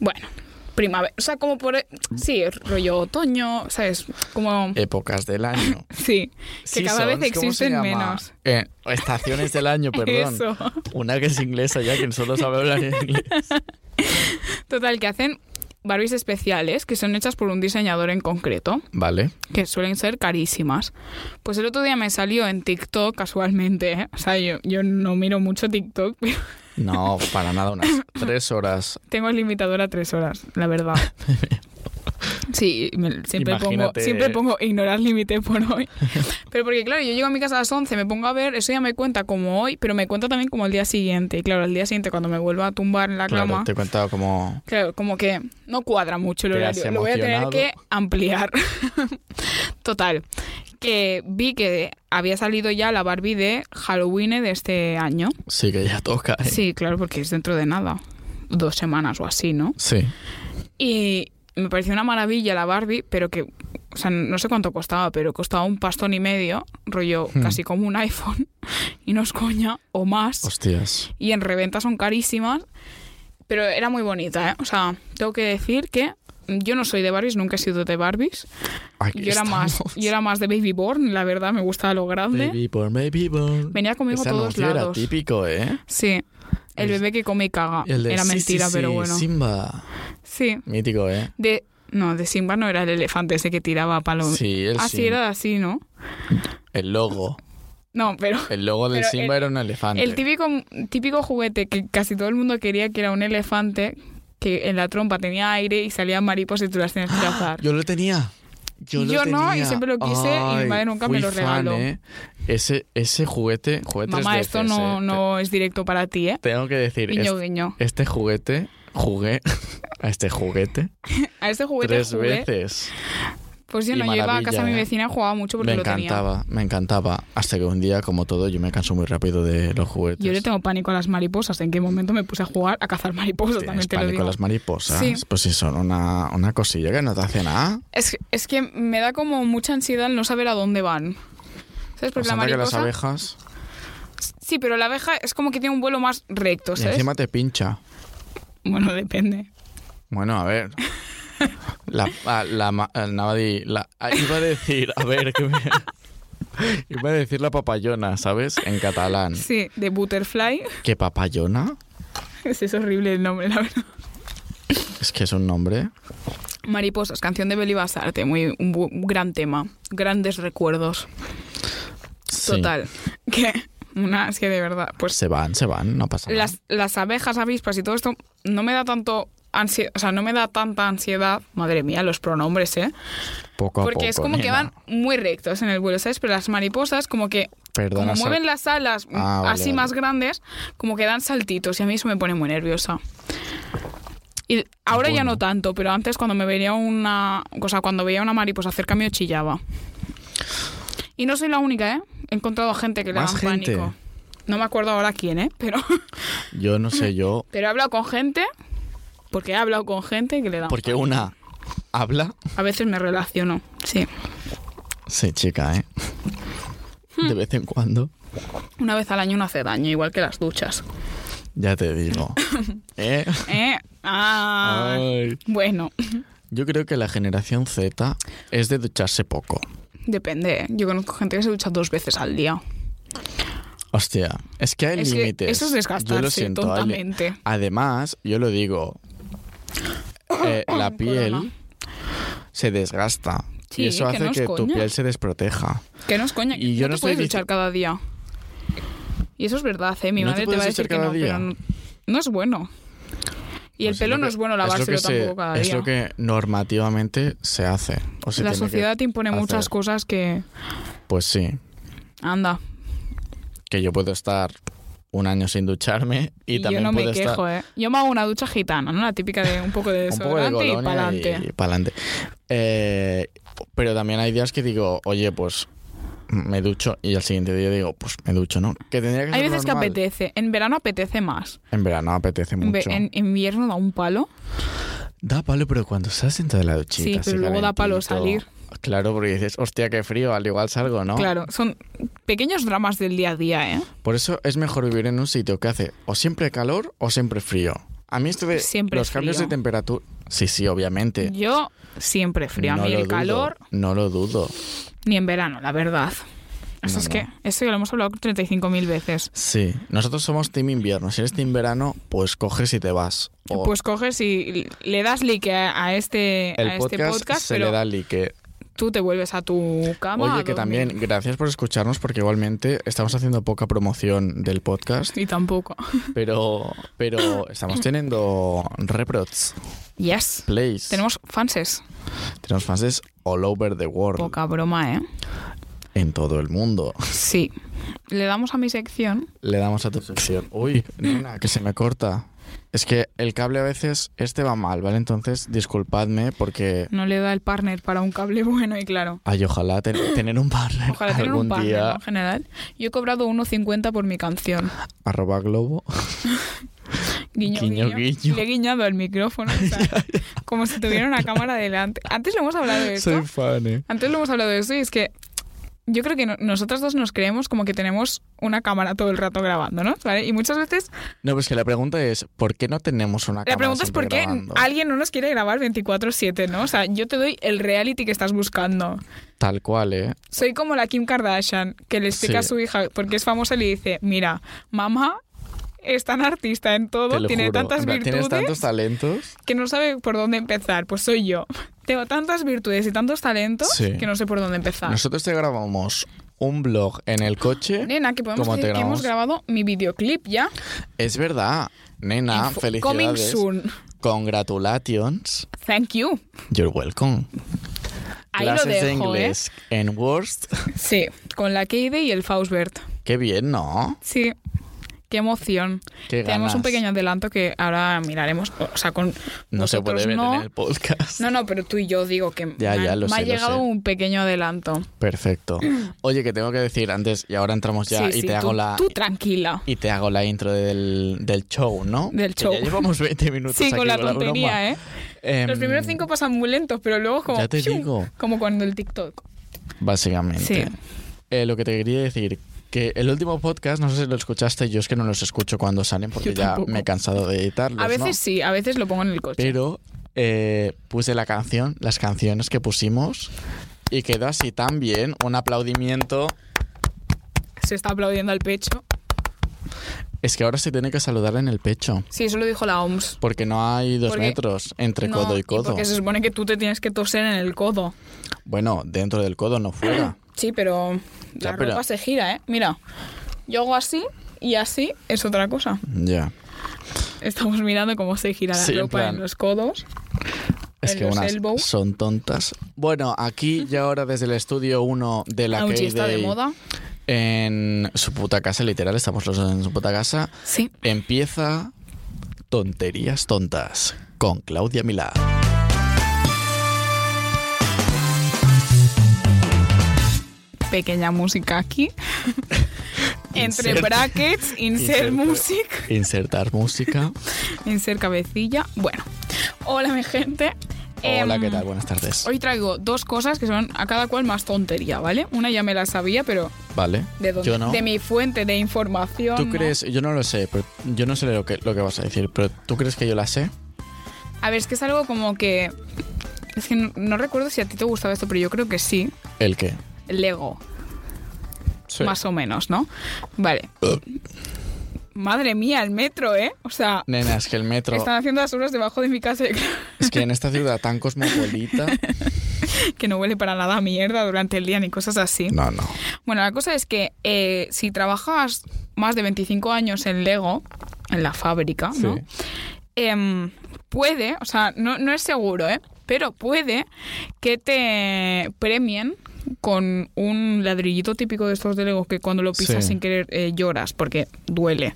Speaker 1: Bueno, primavera, o sea, como por... e, Sí, rollo otoño, ¿sabes? Como...
Speaker 4: Épocas del año.
Speaker 1: Sí, que cada vez
Speaker 4: Eh, Seasons, ¿cómo se
Speaker 1: existen
Speaker 4: llama?
Speaker 1: menos.
Speaker 4: Eh, estaciones del año, perdón.
Speaker 1: Eso.
Speaker 4: Una que es inglesa ya, que solo sabe hablar inglés.
Speaker 1: Total, que hacen Barbies especiales que son hechas por un diseñador en concreto,
Speaker 4: Vale.
Speaker 1: que suelen ser carísimas. Pues el otro día me salió en TikTok casualmente, ¿eh? o sea, yo, yo no miro mucho TikTok, pero
Speaker 4: No, para nada, unas tres horas.
Speaker 1: tengo el limitador a tres horas, la verdad. Sí, me- siempre, pongo,
Speaker 4: Imagínate.
Speaker 1: siempre pongo ignorar límite por hoy. Pero porque, claro, yo llego a mi casa a las 11, me pongo a ver, eso ya me cuenta como hoy, pero me cuenta también como el día siguiente. Y claro, el día siguiente cuando me vuelvo a tumbar en la
Speaker 4: Claro,
Speaker 1: cama,
Speaker 4: te he contado como...
Speaker 1: Claro, como que no cuadra mucho el
Speaker 4: Te has
Speaker 1: horario. Lo voy a tener
Speaker 4: emocionado.
Speaker 1: que ampliar. Total. Que vi que había salido ya la Barbie de Halloween de este año.
Speaker 4: Sí, que ya toca. ¿eh?
Speaker 1: Sí, claro, porque es dentro de nada. Dos semanas o así, ¿no?
Speaker 4: Sí.
Speaker 1: Y me pareció una maravilla la Barbie, pero que. O sea, no sé cuánto costaba, pero costaba un pastón y medio, rollo
Speaker 4: Hmm.
Speaker 1: casi como un iPhone, y no es coña, o más
Speaker 4: Hostias.
Speaker 1: y en reventa son carísimas, pero era muy bonita, ¿eh? O sea, tengo que decir que yo no soy de Barbies, nunca he sido de Barbies.
Speaker 4: Aquí
Speaker 1: Yo era más,
Speaker 4: estamos.
Speaker 1: yo era más de Baby Born, la verdad, me gustaba lo grande.
Speaker 4: Baby born, baby born.
Speaker 1: Venía conmigo
Speaker 4: Ese
Speaker 1: a todos
Speaker 4: anuncio era
Speaker 1: lados.
Speaker 4: típico, ¿eh?
Speaker 1: Sí. El
Speaker 4: El-
Speaker 1: bebé que come y caga.
Speaker 4: El de
Speaker 1: Era
Speaker 4: sí, sí,
Speaker 1: mentira,
Speaker 4: sí,
Speaker 1: pero bueno.
Speaker 4: Simba.
Speaker 1: Sí.
Speaker 4: Mítico, ¿eh?
Speaker 1: De No, de Simba no era el elefante ese que tiraba palo.
Speaker 4: Sí, el,
Speaker 1: así
Speaker 4: Sim-
Speaker 1: Ah, era así, ¿no?
Speaker 4: el logo.
Speaker 1: No, pero
Speaker 4: El logo del
Speaker 1: Pero
Speaker 4: Simba
Speaker 1: el-
Speaker 4: era un elefante.
Speaker 1: el típico, típico juguete que casi todo el mundo quería que era un elefante que en la trompa tenía aire y salían mariposas y tú las tenías
Speaker 4: Ah,
Speaker 1: que cazar.
Speaker 4: Yo lo tenía. Yo, lo
Speaker 1: Yo no, y
Speaker 4: tenía.
Speaker 1: siempre lo quise, y mi madre nunca me
Speaker 4: fui
Speaker 1: lo regaló.
Speaker 4: fan, ¿eh? Ese, ese juguete, juguete
Speaker 1: Mamá, esto
Speaker 4: eh,
Speaker 1: no, no es directo para ti, ¿eh?
Speaker 4: Tengo que decir,
Speaker 1: Guiño,
Speaker 4: este,
Speaker 1: guiño.
Speaker 4: este juguete, jugué a este juguete
Speaker 1: A este juguete
Speaker 4: tres
Speaker 1: jugué.
Speaker 4: veces.
Speaker 1: Pues yo
Speaker 4: Y
Speaker 1: no, yo iba a
Speaker 4: maravilla,
Speaker 1: casa de mi
Speaker 4: ¿eh?
Speaker 1: vecina y jugaba mucho porque
Speaker 4: Me
Speaker 1: lo tenía.
Speaker 4: encantaba, me encantaba. Hasta que un día, como todo, yo me canso muy rápido de los juguetes.
Speaker 1: Yo le tengo pánico a las mariposas. ¿En qué momento me puse a jugar a cazar mariposas?
Speaker 4: Tienes
Speaker 1: También te lo
Speaker 4: pánico a
Speaker 1: digo.
Speaker 4: las mariposas.
Speaker 1: Sí.
Speaker 4: Pues si son una, una cosilla que no te hace nada.
Speaker 1: Es, que- es que me da como mucha ansiedad el no saber a dónde van. ¿Sabes? Porque Pues la
Speaker 4: Bastante Pues que
Speaker 1: mariposa...
Speaker 4: las abejas.
Speaker 1: Sí, pero la abeja es como que tiene un vuelo más recto,
Speaker 4: Y
Speaker 1: ¿sabes?
Speaker 4: encima te pincha.
Speaker 1: Bueno, depende.
Speaker 4: Bueno, a ver. La, a- la, ma- el Navadi- la- a- iba a decir, a ver, que me- iba a decir la papayona, ¿sabes? En catalán.
Speaker 1: Sí, de butterfly.
Speaker 4: ¿Qué papayona?
Speaker 1: Ese es horrible el nombre, la verdad.
Speaker 4: Es que es un nombre.
Speaker 1: Mariposas, canción de Beli Basarte. Muy, un, bu- un gran tema. Grandes recuerdos.
Speaker 4: Sí.
Speaker 1: Total. Que una... Es que de verdad, pues...
Speaker 4: Se van, se van, no pasa nada.
Speaker 1: las, las abejas, avispas y todo esto no me da tanto ansiedad, o sea, no me da tanta ansiedad, madre mía, los pronombres, ¿eh?
Speaker 4: Poco a
Speaker 1: Porque es
Speaker 4: poco,
Speaker 1: como que
Speaker 4: nena.
Speaker 1: van muy rectos en el vuelo, ¿sabes? Pero las mariposas como que
Speaker 4: Perdona,
Speaker 1: como
Speaker 4: sal-
Speaker 1: mueven las alas mm,
Speaker 4: Ah, vale,
Speaker 1: así
Speaker 4: vale.
Speaker 1: más grandes, como que dan saltitos y a mí eso me pone muy nerviosa. Y ahora ya
Speaker 4: Bueno.
Speaker 1: no tanto, pero antes cuando me veía una, o sea, cuando veía una mariposa cerca mío chillaba. Y no soy la única, ¿eh? He encontrado a gente que le
Speaker 4: Más
Speaker 1: dan
Speaker 4: gente.
Speaker 1: pánico. No me acuerdo ahora quién, ¿eh? Pero
Speaker 4: Yo no sé, yo.
Speaker 1: pero he hablado con gente, porque he hablado con gente que le da.
Speaker 4: Porque una habla.
Speaker 1: A veces me relaciono, sí.
Speaker 4: Sí, chica, ¿eh?
Speaker 1: Hmm.
Speaker 4: De vez en cuando.
Speaker 1: Una vez al año no hace daño, igual que las duchas.
Speaker 4: Ya te digo. ¿Eh?
Speaker 1: ¿Eh? Ah.
Speaker 4: Ay.
Speaker 1: Bueno,
Speaker 4: Yo creo que la generación Z es de ducharse poco.
Speaker 1: depende. ¿eh? Yo conozco gente que se ducha dos veces al día.
Speaker 4: Hostia, es que hay
Speaker 1: Es que
Speaker 4: límites.
Speaker 1: eso es desgastarse
Speaker 4: Yo lo siento, hay li-
Speaker 1: tontamente.
Speaker 4: Además, yo lo digo, eh, la piel
Speaker 1: Corona.
Speaker 4: se desgasta.
Speaker 1: Sí,
Speaker 4: y eso
Speaker 1: que
Speaker 4: hace
Speaker 1: no es
Speaker 4: que tu
Speaker 1: coña.
Speaker 4: piel se desproteja.
Speaker 1: Que no es coña.
Speaker 4: Y yo
Speaker 1: te
Speaker 4: no estoy
Speaker 1: puedes duchar
Speaker 4: dici-
Speaker 1: cada día. Y eso es verdad, ¿eh? Mi
Speaker 4: ¿No te
Speaker 1: madre te,
Speaker 4: puedes
Speaker 1: va a decir
Speaker 4: duchar
Speaker 1: que
Speaker 4: cada
Speaker 1: no,
Speaker 4: día?
Speaker 1: pero no, no es bueno. Y el
Speaker 4: Pues
Speaker 1: pelo
Speaker 4: lo
Speaker 1: no
Speaker 4: que-
Speaker 1: es bueno
Speaker 4: lo que
Speaker 1: lavárselo
Speaker 4: se-
Speaker 1: tampoco cada
Speaker 4: Es
Speaker 1: día.
Speaker 4: lo que normativamente se hace. o se
Speaker 1: La
Speaker 4: tiene que-
Speaker 1: sociedad te impone
Speaker 4: hacer.
Speaker 1: muchas cosas que...
Speaker 4: Pues sí,
Speaker 1: Anda.
Speaker 4: que yo puedo estar un año sin ducharme y,
Speaker 1: yo
Speaker 4: también
Speaker 1: no me
Speaker 4: puedo estar...
Speaker 1: quejo, ¿eh? Yo me hago una ducha gitana, ¿no? La típica de un poco de
Speaker 4: un poco de
Speaker 1: desodorante y para
Speaker 4: colonia
Speaker 1: adelante.
Speaker 4: y pa'lante. Eh, pero también hay días que digo, oye, pues me ducho y al siguiente día digo, pues me ducho, ¿no? Que tendría que
Speaker 1: Hay
Speaker 4: ser
Speaker 1: veces que
Speaker 4: normal.
Speaker 1: apetece. En verano apetece más.
Speaker 4: En verano apetece
Speaker 1: En, ve-
Speaker 4: mucho.
Speaker 1: en invierno da un palo.
Speaker 4: Da palo, pero cuando estás sentado en la duchita,
Speaker 1: Sí,
Speaker 4: así
Speaker 1: pero luego da palo
Speaker 4: calentito. Claro, porque dices, hostia, qué frío, al igual salgo, ¿no?
Speaker 1: Claro, son pequeños dramas del día a día, ¿eh?
Speaker 4: Por eso es mejor vivir en un sitio que hace o siempre calor o siempre frío. A mí esto de
Speaker 1: Siempre
Speaker 4: los cambios de
Speaker 1: frío.
Speaker 4: temperatura... Sí, sí, obviamente.
Speaker 1: Yo siempre frío.
Speaker 4: no
Speaker 1: a mí
Speaker 4: lo
Speaker 1: el
Speaker 4: dudo,
Speaker 1: calor,
Speaker 4: No lo dudo.
Speaker 1: ni en verano, la verdad. Eso
Speaker 4: No,
Speaker 1: es
Speaker 4: no.
Speaker 1: que... Eso ya lo hemos hablado 35.000 veces.
Speaker 4: Sí, nosotros somos team invierno. Si eres team verano, pues coges y te vas. O
Speaker 1: Pues coges y le das like a, a este,
Speaker 4: el
Speaker 1: a este
Speaker 4: podcast,
Speaker 1: podcast,
Speaker 4: se
Speaker 1: pero
Speaker 4: le da like.
Speaker 1: tú te vuelves a tu cama. a
Speaker 4: Oye, que
Speaker 1: dormir.
Speaker 4: también gracias por escucharnos porque igualmente estamos haciendo poca promoción del podcast,
Speaker 1: Y tampoco.
Speaker 4: pero pero estamos teniendo reprods,
Speaker 1: Yes.
Speaker 4: plays.
Speaker 1: Tenemos fanses.
Speaker 4: tenemos fans all over the world,
Speaker 1: Poca broma, ¿eh?
Speaker 4: en todo el mundo.
Speaker 1: Sí. Le damos a mi sección.
Speaker 4: Le damos a tu sección. Uy, nena, que se me corta. Es que el cable a veces este va mal, ¿vale? Entonces, disculpadme porque
Speaker 1: No le da el partner para un cable bueno y claro.
Speaker 4: ay, ojalá ten- tener un partner
Speaker 1: Ojalá tener
Speaker 4: algún
Speaker 1: un partner
Speaker 4: día.
Speaker 1: ¿no? en general. Yo he cobrado 1,50 por mi canción.
Speaker 4: arroba globo.
Speaker 1: Guiño,
Speaker 4: Guiño,
Speaker 1: guiño,
Speaker 4: guiño.
Speaker 1: Le he guiñado el micrófono. o sea, como si tuviera una cámara delante. Antes lo hemos hablado de esto.
Speaker 4: Soy fan, eh.
Speaker 1: Antes lo hemos hablado de esto y es que yo creo que no- nosotras dos nos creemos como que tenemos una cámara todo el rato grabando, ¿no? ¿Vale? Y muchas veces
Speaker 4: No, pues que la pregunta es, ¿por qué no tenemos una
Speaker 1: La
Speaker 4: cámara
Speaker 1: pregunta es
Speaker 4: siempre
Speaker 1: por qué
Speaker 4: grabando?
Speaker 1: alguien no nos quiere grabar 24/7, ¿no? O sea, yo te doy el reality que estás buscando.
Speaker 4: Tal cual, ¿eh?
Speaker 1: Soy como la Kim Kardashian, que le explica
Speaker 4: Sí.
Speaker 1: a su hija porque es famosa y le dice, mira, mamá, es tan artista en todo,
Speaker 4: Te lo
Speaker 1: tiene
Speaker 4: juro.
Speaker 1: tantas
Speaker 4: En plan,
Speaker 1: virtudes
Speaker 4: Tienes tantos talentos.
Speaker 1: que no sabe por dónde empezar. Pues soy yo. Tengo tantas virtudes y tantos talentos
Speaker 4: Sí.
Speaker 1: que no sé por dónde empezar.
Speaker 4: Nosotros te grabamos un blog en el coche.
Speaker 1: Nena, que podemos
Speaker 4: ¿Cómo te
Speaker 1: decir que hemos grabado mi videoclip ya.
Speaker 4: Es verdad. Nena,
Speaker 1: Info-
Speaker 4: Ah, felicidades.
Speaker 1: Coming soon.
Speaker 4: Congratulations.
Speaker 1: Thank you.
Speaker 4: You're welcome.
Speaker 1: Ahí
Speaker 4: Clases
Speaker 1: lo dejo,
Speaker 4: de
Speaker 1: ¿eh?
Speaker 4: inglés en Worst.
Speaker 1: Sí, con la Keide y el Faustbert.
Speaker 4: Qué bien, ¿no?
Speaker 1: Sí. Qué emoción.
Speaker 4: Qué
Speaker 1: Tenemos
Speaker 4: ganas.
Speaker 1: un pequeño adelanto que ahora miraremos. O sea, con.
Speaker 4: No se
Speaker 1: vosotros
Speaker 4: puede ver
Speaker 1: no.
Speaker 4: en el podcast.
Speaker 1: No, no, pero tú y yo digo que
Speaker 4: Ya,
Speaker 1: me,
Speaker 4: ya,
Speaker 1: han-
Speaker 4: lo
Speaker 1: me
Speaker 4: sé,
Speaker 1: ha
Speaker 4: lo
Speaker 1: llegado
Speaker 4: sé.
Speaker 1: un pequeño adelanto.
Speaker 4: Perfecto. Oye, que tengo que decir antes, y ahora entramos ya
Speaker 1: Sí,
Speaker 4: y
Speaker 1: sí,
Speaker 4: te hago
Speaker 1: tú-
Speaker 4: la.
Speaker 1: Tú tranquila.
Speaker 4: Y te hago la intro del, del show, ¿no?
Speaker 1: Del
Speaker 4: Que
Speaker 1: show.
Speaker 4: Ya llevamos 20 minutos.
Speaker 1: Sí,
Speaker 4: aquí
Speaker 1: con la tontería,
Speaker 4: broma.
Speaker 1: ¿eh?
Speaker 4: Em,
Speaker 1: Los primeros cinco pasan muy lentos, pero luego como...
Speaker 4: Ya te
Speaker 1: ¡piu!
Speaker 4: digo.
Speaker 1: Como cuando el TikTok.
Speaker 4: Básicamente.
Speaker 1: Sí.
Speaker 4: Eh, lo que te quería decir, que el último podcast, no sé si lo escuchaste, yo es que no los escucho cuando salen porque
Speaker 1: Yo
Speaker 4: ya
Speaker 1: tampoco.
Speaker 4: me he cansado de editarlos.
Speaker 1: A
Speaker 4: ¿no?
Speaker 1: veces sí, a veces lo pongo en el coche.
Speaker 4: Pero eh, puse la canción, las canciones que pusimos y quedó así tan bien, un aplaudimiento.
Speaker 1: Se está aplaudiendo al pecho.
Speaker 4: Es que ahora se tiene que saludar en el pecho.
Speaker 1: Sí, eso lo dijo la OMS.
Speaker 4: Porque no hay dos
Speaker 1: Porque-
Speaker 4: metros entre
Speaker 1: No,
Speaker 4: codo y codo.
Speaker 1: porque se supone que tú te tienes que toser en el codo.
Speaker 4: Bueno, dentro del codo, no fuera.
Speaker 1: Sí, pero la
Speaker 4: Ya, pero-
Speaker 1: ropa se gira, ¿eh? Mira, yo hago así y así es otra cosa.
Speaker 4: Ya.
Speaker 1: Estamos mirando cómo se gira la
Speaker 4: Sí, en
Speaker 1: ropa en,
Speaker 4: plan-
Speaker 1: los codos.
Speaker 4: Es
Speaker 1: en
Speaker 4: que
Speaker 1: los
Speaker 4: unas
Speaker 1: elbow.
Speaker 4: son tontas. Bueno, aquí y ahora desde el estudio 1 de la
Speaker 1: Auchi
Speaker 4: que
Speaker 1: está de moda.
Speaker 4: en su puta casa, literal, estamos los dos en su puta casa,
Speaker 1: Sí.
Speaker 4: empieza Tonterías Tontas con Claudia Milá.
Speaker 1: Pequeña música aquí. Entre
Speaker 4: Insert-
Speaker 1: brackets, insert
Speaker 4: insert-
Speaker 1: music,
Speaker 4: Insertar música.
Speaker 1: insert cabecilla. Bueno. Hola, mi gente.
Speaker 4: Hola,
Speaker 1: Em,
Speaker 4: ¿qué tal? Buenas tardes.
Speaker 1: Hoy traigo dos cosas que son a cada cual más tontería, ¿vale? Una ya me la sabía, pero
Speaker 4: Vale.
Speaker 1: ¿de dónde?
Speaker 4: Yo no.
Speaker 1: De mi fuente de información.
Speaker 4: ¿Tú
Speaker 1: ¿no?
Speaker 4: crees? Yo no lo sé, pero yo no sé lo que, lo que vas a decir, pero ¿tú crees que yo la sé?
Speaker 1: A ver, es que es algo como que. Es que no, no recuerdo si a ti te gustaba esto, pero yo creo que sí.
Speaker 4: ¿El qué?
Speaker 1: Lego,
Speaker 4: Sí.
Speaker 1: más o menos, ¿no? Vale. Madre mía, el metro, ¿eh? O sea,
Speaker 4: Nena, es que el metro.
Speaker 1: están haciendo las obras debajo de mi casa
Speaker 4: Es que en esta ciudad tan cosmopolita.
Speaker 1: que no huele para nada a mierda durante el día ni cosas así.
Speaker 4: No, no.
Speaker 1: Bueno, la cosa es que eh, si trabajas más de 25 años en Lego, en la fábrica, ¿no?
Speaker 4: Sí.
Speaker 1: Em, puede, o sea, no, no es seguro, ¿eh? Pero puede que te premien con un ladrillito típico de estos de Lego que cuando lo pisas
Speaker 4: Sí.
Speaker 1: sin querer eh, lloras porque duele.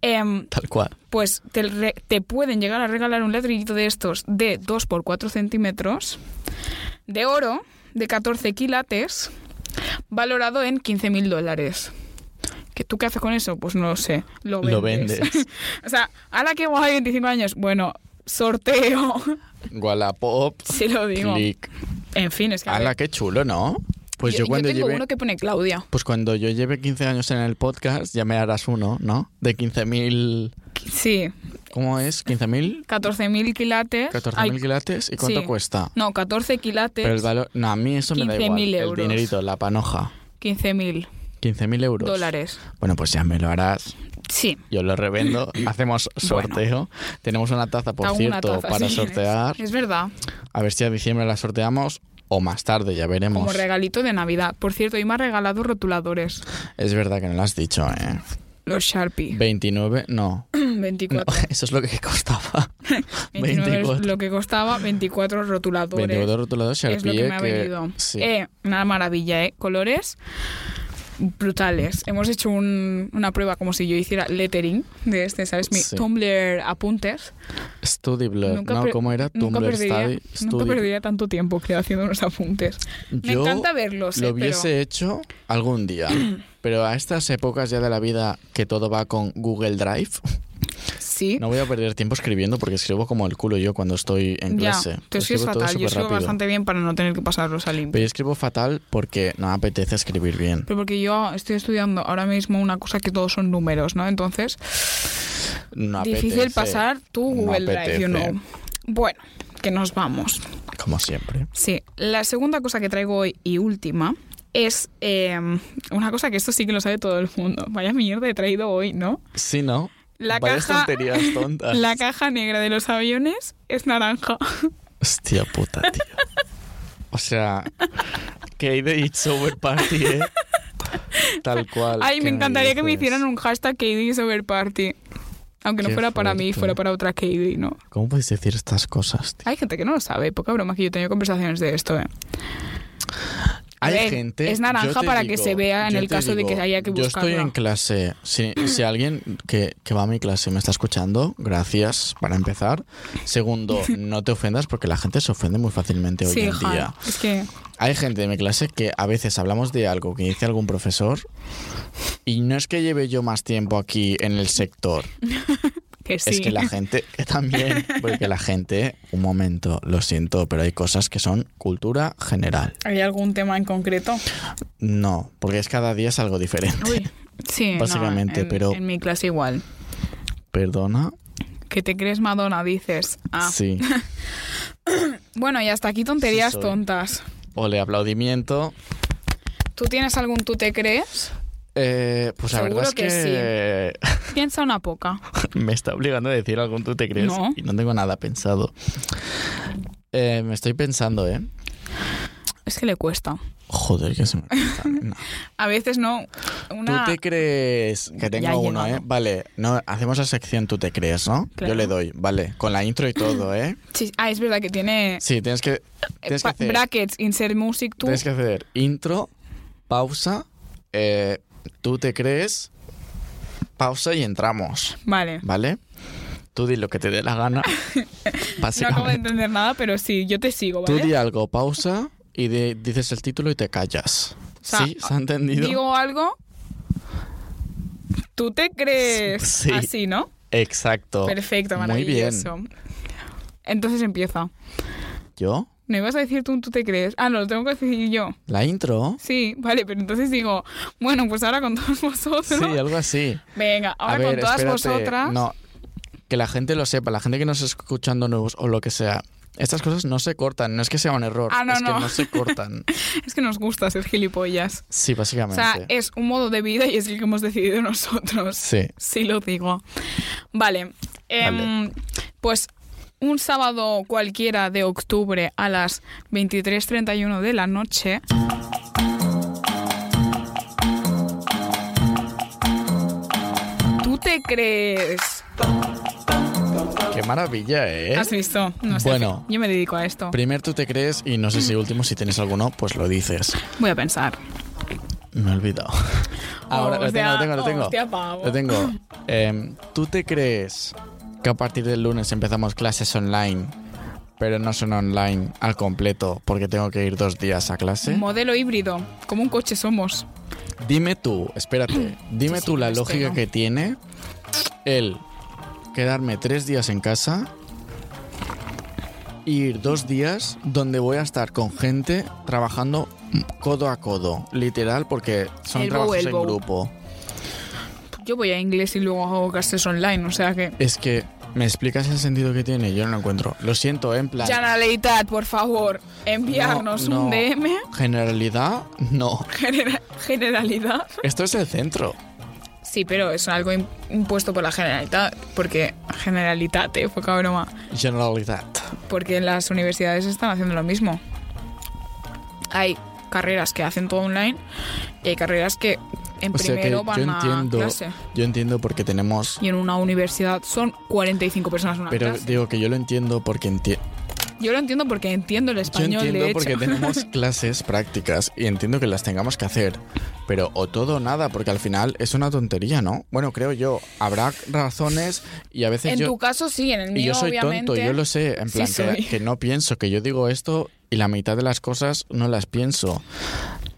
Speaker 1: Em,
Speaker 4: Tal cual.
Speaker 1: pues te, re- te pueden llegar a regalar un ladrillito de estos de 2 por 4 centímetros de oro de 14 quilates valorado en 15 mil dólares. ¿Qué, ¿Tú qué haces con eso? Pues no lo sé. Lo vendes.
Speaker 4: Lo vendes.
Speaker 1: o sea, ahora que guay, 25 años. Bueno, sorteo.
Speaker 4: Wallapop.
Speaker 1: si lo digo.
Speaker 4: Click.
Speaker 1: En fin, es que. a ver,
Speaker 4: Hala, qué chulo, ¿no? Pues yo, cuando
Speaker 1: tengo
Speaker 4: lleve.
Speaker 1: uno que pone Claudia.
Speaker 4: Pues cuando yo lleve 15 años en el podcast, ya me harás uno, ¿no? De 15.000.
Speaker 1: Sí,
Speaker 4: ¿Cómo es? ¿15.000?
Speaker 1: 14.000 quilates. Ay,
Speaker 4: 14.000 quilates. ¿Y cuánto
Speaker 1: sí.
Speaker 4: cuesta?
Speaker 1: No, 14 quilates.
Speaker 4: Pero el valor. No, a mí eso me da
Speaker 1: 15.000
Speaker 4: igual.
Speaker 1: euros.
Speaker 4: El dinerito, la panoja.
Speaker 1: 15.000
Speaker 4: 15.000 euros.
Speaker 1: dólares.
Speaker 4: Bueno, pues ya me lo harás.
Speaker 1: Sí.
Speaker 4: Yo lo revendo. Hacemos sorteo. Tenemos una taza, por
Speaker 1: Hago una
Speaker 4: cierto,
Speaker 1: taza,
Speaker 4: para
Speaker 1: sí.
Speaker 4: sortear.
Speaker 1: Es verdad,
Speaker 4: A ver si a diciembre la sorteamos o más tarde, ya veremos.
Speaker 1: como regalito de Navidad. Por cierto, y me ha regalado rotuladores.
Speaker 4: Es verdad que no lo has dicho, ¿eh?
Speaker 1: Los Sharpie.
Speaker 4: 29, no.
Speaker 1: 24.
Speaker 4: No, eso es lo que costaba.
Speaker 1: 29 es
Speaker 4: 24.
Speaker 1: lo que costaba, 24 rotuladores.
Speaker 4: 22 rotuladores Sharpie.
Speaker 1: es lo que me ha venido.
Speaker 4: sí.
Speaker 1: Eh, una maravilla, ¿eh? Colores brutales. Hemos hecho un- una prueba como si yo hiciera lettering de este, ¿sabes? Mi
Speaker 4: Sí.
Speaker 1: Tumblr apuntes.
Speaker 4: Study Blur,
Speaker 1: nunca
Speaker 4: ¿no?
Speaker 1: per-
Speaker 4: ¿Cómo era?
Speaker 1: Nunca
Speaker 4: Tumblr
Speaker 1: perdería,
Speaker 4: Study.
Speaker 1: nunca
Speaker 4: Study-
Speaker 1: perdería tanto tiempo creo haciendo unos apuntes. Me
Speaker 4: Yo
Speaker 1: encanta verlos,
Speaker 4: Lo
Speaker 1: eh, pero-
Speaker 4: hubiese hecho algún día. Pero a estas épocas ya de la vida que todo va con Google Drive,
Speaker 1: Sí.
Speaker 4: no voy a perder tiempo escribiendo porque escribo como el culo yo cuando estoy en
Speaker 1: ya,
Speaker 4: clase.
Speaker 1: tú escribes
Speaker 4: todo
Speaker 1: fatal, yo escribo
Speaker 4: superrápido.
Speaker 1: bastante bien para no tener que pasarlos a limpio.
Speaker 4: Pero yo escribo fatal porque no me apetece escribir bien.
Speaker 1: Pero porque yo estoy estudiando ahora mismo una cosa que todos son números, ¿no? Entonces,
Speaker 4: No
Speaker 1: difícil
Speaker 4: apetece.
Speaker 1: pasar tu
Speaker 4: No
Speaker 1: Google Drive, you
Speaker 4: apetece.
Speaker 1: know. Bueno, que nos vamos.
Speaker 4: Como siempre.
Speaker 1: Sí, la segunda cosa que traigo hoy y última es eh, una cosa que esto sí que lo sabe todo el mundo. Vaya mierda he traído hoy, ¿no?
Speaker 4: Sí, ¿no?
Speaker 1: La
Speaker 4: Vaya
Speaker 1: caja-
Speaker 4: tonterías tontas.
Speaker 1: La caja negra de los aviones es naranja.
Speaker 4: Hostia puta, tío. O sea, que hay de It's Over Party, ¿eh? Tal cual.
Speaker 1: Ay, me
Speaker 4: ¿qué
Speaker 1: encantaría que me
Speaker 4: dices?
Speaker 1: hicieran un hashtag KD Over Party. Aunque no
Speaker 4: Qué
Speaker 1: fuera para mí,
Speaker 4: fuerte.
Speaker 1: fuera para otra KD, ¿no?
Speaker 4: ¿Cómo puedes decir estas cosas, tío?
Speaker 1: Hay gente que no lo sabe, poca broma que yo he tenido conversaciones de esto, ¿eh? A
Speaker 4: Hay
Speaker 1: ver,
Speaker 4: gente.
Speaker 1: es naranja
Speaker 4: yo te
Speaker 1: para
Speaker 4: digo,
Speaker 1: que se vea en
Speaker 4: yo
Speaker 1: el
Speaker 4: te
Speaker 1: caso de que haya que
Speaker 4: Yo estoy
Speaker 1: buscarlo.
Speaker 4: en clase. Si, si alguien que, que va a mi clase me está escuchando, gracias para empezar. Segundo, no te ofendas porque la gente se ofende muy fácilmente hoy
Speaker 1: sí,
Speaker 4: en
Speaker 1: ja,
Speaker 4: día.
Speaker 1: es que
Speaker 4: Hay gente de mi clase que a veces hablamos de algo que dice algún profesor y no es que lleve yo más tiempo aquí en el sector,
Speaker 1: que sí.
Speaker 4: es que la gente que también, porque la gente, un momento, lo siento, pero hay cosas que son cultura general.
Speaker 1: ¿Hay algún tema en concreto?
Speaker 4: No, porque es cada día es algo diferente.
Speaker 1: Uy, sí, no,
Speaker 4: Básicamente,
Speaker 1: en-
Speaker 4: pero-
Speaker 1: en mi clase igual.
Speaker 4: Perdona.
Speaker 1: Que te crees Madonna, dices. Ah.
Speaker 4: Sí.
Speaker 1: Bueno, y hasta aquí tonterías
Speaker 4: Sí soy.
Speaker 1: tontas.
Speaker 4: Ole, aplaudimiento.
Speaker 1: ¿Tú tienes algún tú te crees?
Speaker 4: Eh, pues la
Speaker 1: Seguro
Speaker 4: verdad es
Speaker 1: que
Speaker 4: que,
Speaker 1: Piensa una poca.
Speaker 4: me está obligando a decir algún tú te crees
Speaker 1: No.
Speaker 4: y no tengo nada pensado. Eh, me estoy pensando, ¿eh?
Speaker 1: Es que le cuesta.
Speaker 4: Joder, que se me pasa, nena.
Speaker 1: A veces no. Una...
Speaker 4: ¿Tú te crees que
Speaker 1: ha
Speaker 4: tengo uno,
Speaker 1: llegado.
Speaker 4: eh? Vale, no, hacemos la sección tú te crees, ¿no?
Speaker 1: Claro.
Speaker 4: Yo le doy, vale, con la intro y todo, ¿eh?
Speaker 1: Sí, ah, es verdad que tiene
Speaker 4: Sí, tienes que,
Speaker 1: eh,
Speaker 4: tienes que
Speaker 1: pa-
Speaker 4: hacer,
Speaker 1: brackets, insert music, tú.
Speaker 4: tienes que hacer intro, pausa, eh, tú te crees, pausa y entramos,
Speaker 1: Vale.
Speaker 4: ¿vale? Tú di lo que te dé la gana,
Speaker 1: No acabo de
Speaker 4: básicamente.
Speaker 1: entender nada, pero sí, yo te sigo,
Speaker 4: Tú
Speaker 1: ¿vale?
Speaker 4: di algo, pausa y di- dices el título y te callas.
Speaker 1: sea,
Speaker 4: sí, ¿se ha entendido?
Speaker 1: Digo algo. ¿Tú te crees
Speaker 4: Sí.
Speaker 1: así, no?
Speaker 4: Exacto.
Speaker 1: Perfecto,
Speaker 4: Muy bien.
Speaker 1: maravilloso. Entonces empieza.
Speaker 4: ¿Yo?
Speaker 1: ¿No ibas a decir tú, tú te crees? Ah, no, lo tengo que decir yo.
Speaker 4: ¿La intro?
Speaker 1: Sí, vale, pero entonces digo, bueno, pues ahora con todos vosotros.
Speaker 4: Sí, algo así.
Speaker 1: Venga, ahora
Speaker 4: A ver,
Speaker 1: con todas
Speaker 4: espérate.
Speaker 1: vosotras.
Speaker 4: No, que la gente lo sepa, la gente que nos está escuchando nuevos o lo que sea. Estas cosas no se cortan, no es que sea un error,
Speaker 1: Ah, no,
Speaker 4: es
Speaker 1: no.
Speaker 4: que no se cortan.
Speaker 1: Es que nos gusta ser gilipollas.
Speaker 4: Sí,
Speaker 1: O
Speaker 4: básicamente.
Speaker 1: sea, es un modo de vida y es el que hemos decidido nosotros.
Speaker 4: Sí,
Speaker 1: Sí, lo digo. Vale. em, Pues un sábado cualquiera de octubre a las 23.31 de la noche. ¿Tú te crees?
Speaker 4: qué maravilla, ¿eh?
Speaker 1: ¿Has visto? No sé.
Speaker 4: Bueno.
Speaker 1: Yo me dedico a esto.
Speaker 4: Primer tú te crees y no sé si último si tienes alguno, pues lo dices.
Speaker 1: Voy a pensar.
Speaker 4: Me he olvidado. Ahora lo tengo,
Speaker 1: Hostia,
Speaker 4: lo tengo, lo tengo.
Speaker 1: hostia, pavo.
Speaker 4: Lo tengo. Em, ¿Tú te crees que a partir del lunes empezamos clases online, pero no son online al completo porque tengo que ir dos días a clase?
Speaker 1: Modelo híbrido. Como un coche somos.
Speaker 4: Dime tú, espérate, dime
Speaker 1: sí, este,
Speaker 4: tú la
Speaker 1: lo
Speaker 4: lógica
Speaker 1: espero.
Speaker 4: que tiene el quedarme tres días en casa, ir dos días donde voy a estar con gente trabajando codo a codo, literal, porque son
Speaker 1: El bow,
Speaker 4: trabajos
Speaker 1: el
Speaker 4: en
Speaker 1: bow.
Speaker 4: grupo.
Speaker 1: Yo voy a inglés y luego hago clases online, o sea que...
Speaker 4: Es que, ¿me explicas el sentido que tiene? Yo no lo encuentro. Lo siento, ¿eh? en plan...
Speaker 1: Generalitat, por favor, enviarnos
Speaker 4: No, no.
Speaker 1: un DM.
Speaker 4: Generalidad, no.
Speaker 1: Genera- generalidad.
Speaker 4: Esto es el centro.
Speaker 1: Sí, pero es algo im- impuesto por la Generalitat, porque Generalitat, eh, poca broma,
Speaker 4: Generalidad.
Speaker 1: porque las universidades están haciendo lo mismo. Hay carreras que hacen todo online y hay carreras que en
Speaker 4: O sea que
Speaker 1: primero
Speaker 4: yo
Speaker 1: van
Speaker 4: entiendo,
Speaker 1: a clase.
Speaker 4: yo entiendo porque tenemos
Speaker 1: Y en una universidad son 45 personas en una
Speaker 4: Pero
Speaker 1: clase.
Speaker 4: digo que yo lo entiendo porque enti-
Speaker 1: Yo lo entiendo porque entiendo el
Speaker 4: yo
Speaker 1: español,
Speaker 4: entiendo
Speaker 1: de hecho.
Speaker 4: porque tenemos clases prácticas y entiendo que las tengamos que hacer, pero o todo o nada porque al final es una tontería, ¿no? Bueno, creo yo, habrá razones y a veces
Speaker 1: en
Speaker 4: yo
Speaker 1: tu caso sí, en el mío
Speaker 4: y yo soy
Speaker 1: obviamente.
Speaker 4: tonto, yo lo sé, en
Speaker 1: Sí
Speaker 4: plan
Speaker 1: soy.
Speaker 4: que, que no pienso que yo digo esto y la mitad de las cosas no las pienso,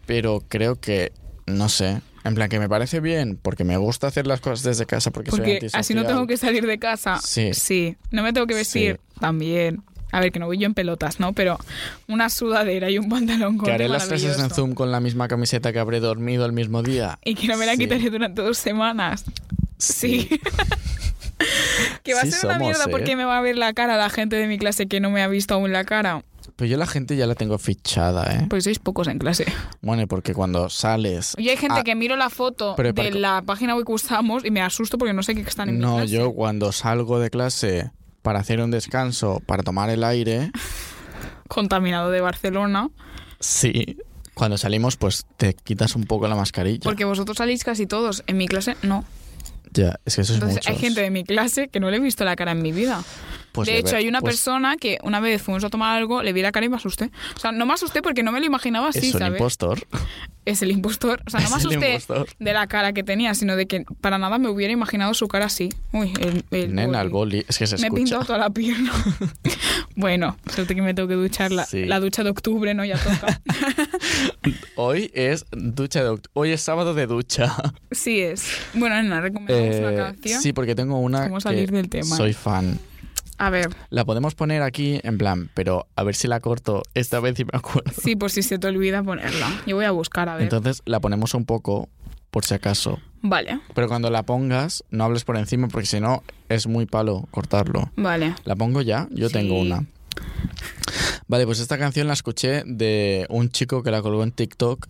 Speaker 4: pero creo que no sé, en plan que me parece bien porque me gusta hacer las cosas desde casa porque, soy
Speaker 1: Porque
Speaker 4: antisocial.
Speaker 1: así no tengo que salir de casa.
Speaker 4: Sí.
Speaker 1: No me tengo que vestir. También. A ver, que no voy yo en pelotas, ¿no? Pero una sudadera y un pantalón corto.
Speaker 4: que haré las clases en
Speaker 1: maravilloso.
Speaker 4: Zoom con la misma camiseta que habré dormido el mismo día.
Speaker 1: Y que no me la
Speaker 4: Sí.
Speaker 1: quitaré durante dos semanas. Sí. que va a
Speaker 4: Sí
Speaker 1: ser una
Speaker 4: somos,
Speaker 1: mierda
Speaker 4: ¿eh?
Speaker 1: porque me va a ver la cara la gente de mi clase que no me ha visto aún la cara.
Speaker 4: Pero yo la gente ya la tengo fichada, ¿eh?
Speaker 1: Porque sois pocos en clase.
Speaker 4: Bueno, y porque cuando sales...
Speaker 1: Y hay gente
Speaker 4: Ah,
Speaker 1: que miro la foto
Speaker 4: pero
Speaker 1: de
Speaker 4: para-
Speaker 1: la página web que usamos y me asusto porque no sé qué están en mi
Speaker 4: No,
Speaker 1: clase.
Speaker 4: yo cuando salgo de clase para hacer un descanso, para tomar el aire,
Speaker 1: Contaminado de Barcelona.
Speaker 4: sí. Cuando salimos, pues te quitas un poco la mascarilla.
Speaker 1: Porque vosotros salís casi todos. En mi clase, no.
Speaker 4: Ya, es que eso es
Speaker 1: Entonces
Speaker 4: muchos.
Speaker 1: hay gente de mi clase que no le he visto la cara en mi vida.
Speaker 4: Pues
Speaker 1: de
Speaker 4: le
Speaker 1: hecho,
Speaker 4: ve-
Speaker 1: hay una
Speaker 4: pues
Speaker 1: persona que una vez fuimos a tomar algo, le vi la cara y me asusté. O sea, no me asusté porque no me lo imaginaba así,
Speaker 4: Es un
Speaker 1: ¿sabes?
Speaker 4: impostor.
Speaker 1: Es el impostor. O sea, no me
Speaker 4: Es el
Speaker 1: asusté
Speaker 4: impostor.
Speaker 1: de la cara que tenía, sino de que para nada me hubiera imaginado su cara así. Uy, el, el
Speaker 4: Nena, el
Speaker 1: boli.
Speaker 4: boli. Es que se
Speaker 1: Me he
Speaker 4: escucha.
Speaker 1: pintado toda la pierna. bueno, suerte que me tengo que duchar. La,
Speaker 4: Sí.
Speaker 1: la ducha de octubre, ¿no? Ya toca.
Speaker 4: Hoy es ducha de oct- Hoy es sábado de ducha.
Speaker 1: sí es. Bueno, Nena, recomendamos
Speaker 4: Eh,
Speaker 1: una canción.
Speaker 4: sí, porque tengo una
Speaker 1: ¿Cómo
Speaker 4: que
Speaker 1: salir del tema?
Speaker 4: soy fan.
Speaker 1: A ver,
Speaker 4: La podemos poner aquí en plan, pero a ver si la corto esta vez y me acuerdo.
Speaker 1: sí, por si se te olvida ponerla. Yo voy a buscar, a ver.
Speaker 4: Entonces la ponemos un poco por si acaso.
Speaker 1: vale,
Speaker 4: Pero cuando la pongas, no hables por encima porque si no es muy palo cortarlo.
Speaker 1: vale.
Speaker 4: ¿La pongo ya? Yo
Speaker 1: Sí.
Speaker 4: tengo una. Vale, pues esta canción la escuché de un chico que la colgó en TikTok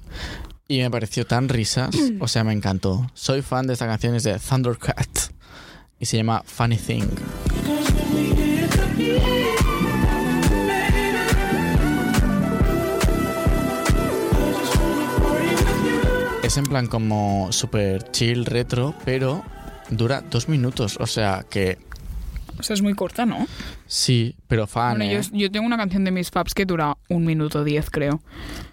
Speaker 4: y me pareció tan risas. O sea, me encantó. Soy fan de esta canción, es de Thundercat y se llama Funny Thing. Es en plan como super chill, retro, pero dura dos minutos. O sea, que
Speaker 1: O sea, es muy corta, ¿no?
Speaker 4: Sí, pero fan.
Speaker 1: Bueno,
Speaker 4: ¿eh?
Speaker 1: yo, yo tengo una canción de mis faps que dura un minuto diez, creo.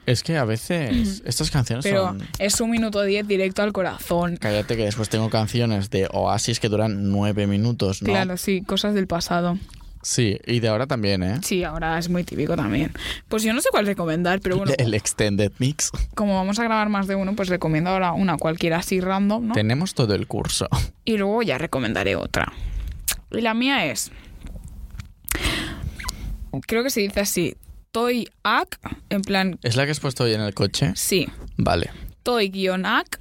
Speaker 4: Es que a veces estas canciones
Speaker 1: Pero
Speaker 4: son.
Speaker 1: es un minuto diez directo al corazón.
Speaker 4: Cállate que después tengo canciones de Oasis que duran nueve minutos, ¿no?
Speaker 1: Claro, sí, cosas del pasado.
Speaker 4: Sí, y de ahora también, ¿eh?
Speaker 1: Sí, ahora es muy típico también. Pues yo no sé cuál recomendar, pero bueno,
Speaker 4: El extended mix.
Speaker 1: como vamos a grabar más de uno, pues recomiendo ahora una cualquiera así random, ¿no?
Speaker 4: Tenemos todo el curso.
Speaker 1: Y luego ya recomendaré otra. Y la mía es. Creo que se dice así. Toy Ac, en plan.
Speaker 4: ¿Es la que has puesto hoy en el coche?
Speaker 1: Sí.
Speaker 4: Vale.
Speaker 1: Toy-Ac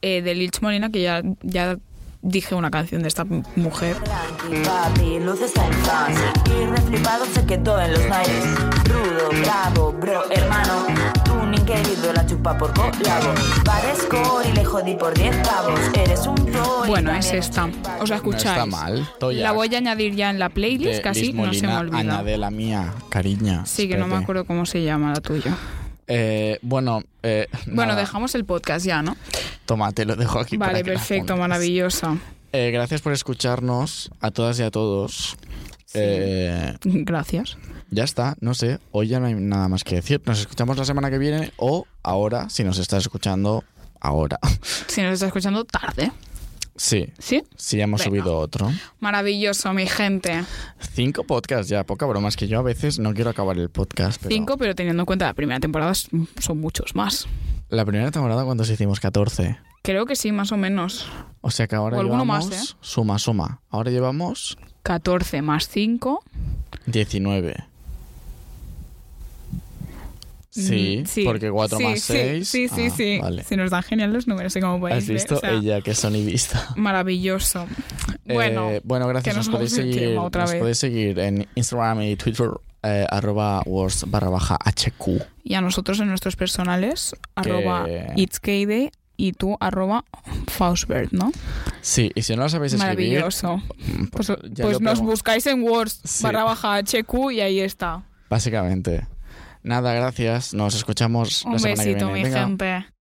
Speaker 1: eh, de Lilch Molina, que ya, ya dije una canción de esta m- mujer.
Speaker 5: Tranqui, papi, luces al fan. Y reflipado se quedó en los aires. Rudo, bravo, bro, hermano. Tuning querido, la chupa por colabo. Parezco y le jodí por 10 pavos. Eres un pro. y
Speaker 1: Bueno, es
Speaker 5: también
Speaker 1: esta. Os la escucháis.
Speaker 4: No está mal. Toy
Speaker 1: La
Speaker 4: Act
Speaker 1: voy a añadir ya en la
Speaker 4: de
Speaker 1: playlist, que así
Speaker 4: Liz
Speaker 1: no se me
Speaker 4: Molina, Ana
Speaker 1: olvida.
Speaker 4: de la mía, cariña.
Speaker 1: Sí, que no me
Speaker 4: espérate.
Speaker 1: acuerdo cómo se llama la tuya.
Speaker 4: Eh, bueno, eh,
Speaker 1: Bueno,
Speaker 4: nada,
Speaker 1: dejamos el podcast ya, ¿no?
Speaker 4: Tómate, lo dejo aquí. para
Speaker 1: Vale,
Speaker 4: que la
Speaker 1: perfecto,
Speaker 4: pongas.
Speaker 1: maravillosa.
Speaker 4: Eh, gracias por escucharnos a todas y a todos. Eh,
Speaker 1: Gracias.
Speaker 4: Ya está, no sé, hoy ya no hay nada más que decir. Nos escuchamos la semana que viene o ahora, si nos estás escuchando ahora.
Speaker 1: Si nos está escuchando tarde,
Speaker 4: Sí,
Speaker 1: ¿sí?
Speaker 4: sí, ya hemos
Speaker 1: Venga.
Speaker 4: subido otro.
Speaker 1: Maravilloso, mi gente.
Speaker 4: Cinco podcasts ya, poca broma, es que yo a veces no quiero acabar el podcast. Pero
Speaker 1: Cinco, pero teniendo en cuenta la primera temporada es- son muchos más.
Speaker 4: La primera temporada, ¿cuántos hicimos? 14.
Speaker 1: Creo que sí, más o menos.
Speaker 4: O sea que ahora
Speaker 1: O alguno
Speaker 4: llevamos.
Speaker 1: más, ¿eh?
Speaker 4: Suma, suma. Ahora llevamos
Speaker 1: 14 más 5.
Speaker 4: 19. Sí, porque 4 más 6.
Speaker 1: Mm, Sí, sí,
Speaker 4: Ah,
Speaker 1: sí.
Speaker 4: Vale.
Speaker 1: Se nos dan genial los números, y como podéis
Speaker 4: ¿Has
Speaker 1: ver,
Speaker 4: visto?
Speaker 1: o sea,
Speaker 4: Ella, que es sonidista.
Speaker 1: Maravilloso. Bueno,
Speaker 4: Eh, bueno gracias.
Speaker 1: que nos
Speaker 4: Nos, podéis
Speaker 1: vamos del
Speaker 4: seguir,
Speaker 1: tema otra
Speaker 4: nos
Speaker 1: vez.
Speaker 4: podéis seguir en Instagram y Twitter, eh, arroba words barra baja HQ.
Speaker 1: y a nosotros en nuestros personales, arroba itskd y tú arroba faustbert, ¿no?
Speaker 4: Sí, y si no lo sabéis escribir, mm,
Speaker 1: Maravilloso. Pues,
Speaker 4: ya
Speaker 1: pues
Speaker 4: lo
Speaker 1: nos
Speaker 4: pregun-
Speaker 1: buscáis en Words
Speaker 4: Sí.
Speaker 1: barra baja HQ y ahí está.
Speaker 4: básicamente. Nada, gracias. Nos escuchamos
Speaker 1: Un
Speaker 4: la semana que
Speaker 1: besito,
Speaker 4: viene.
Speaker 1: mi
Speaker 4: Venga.
Speaker 1: gente.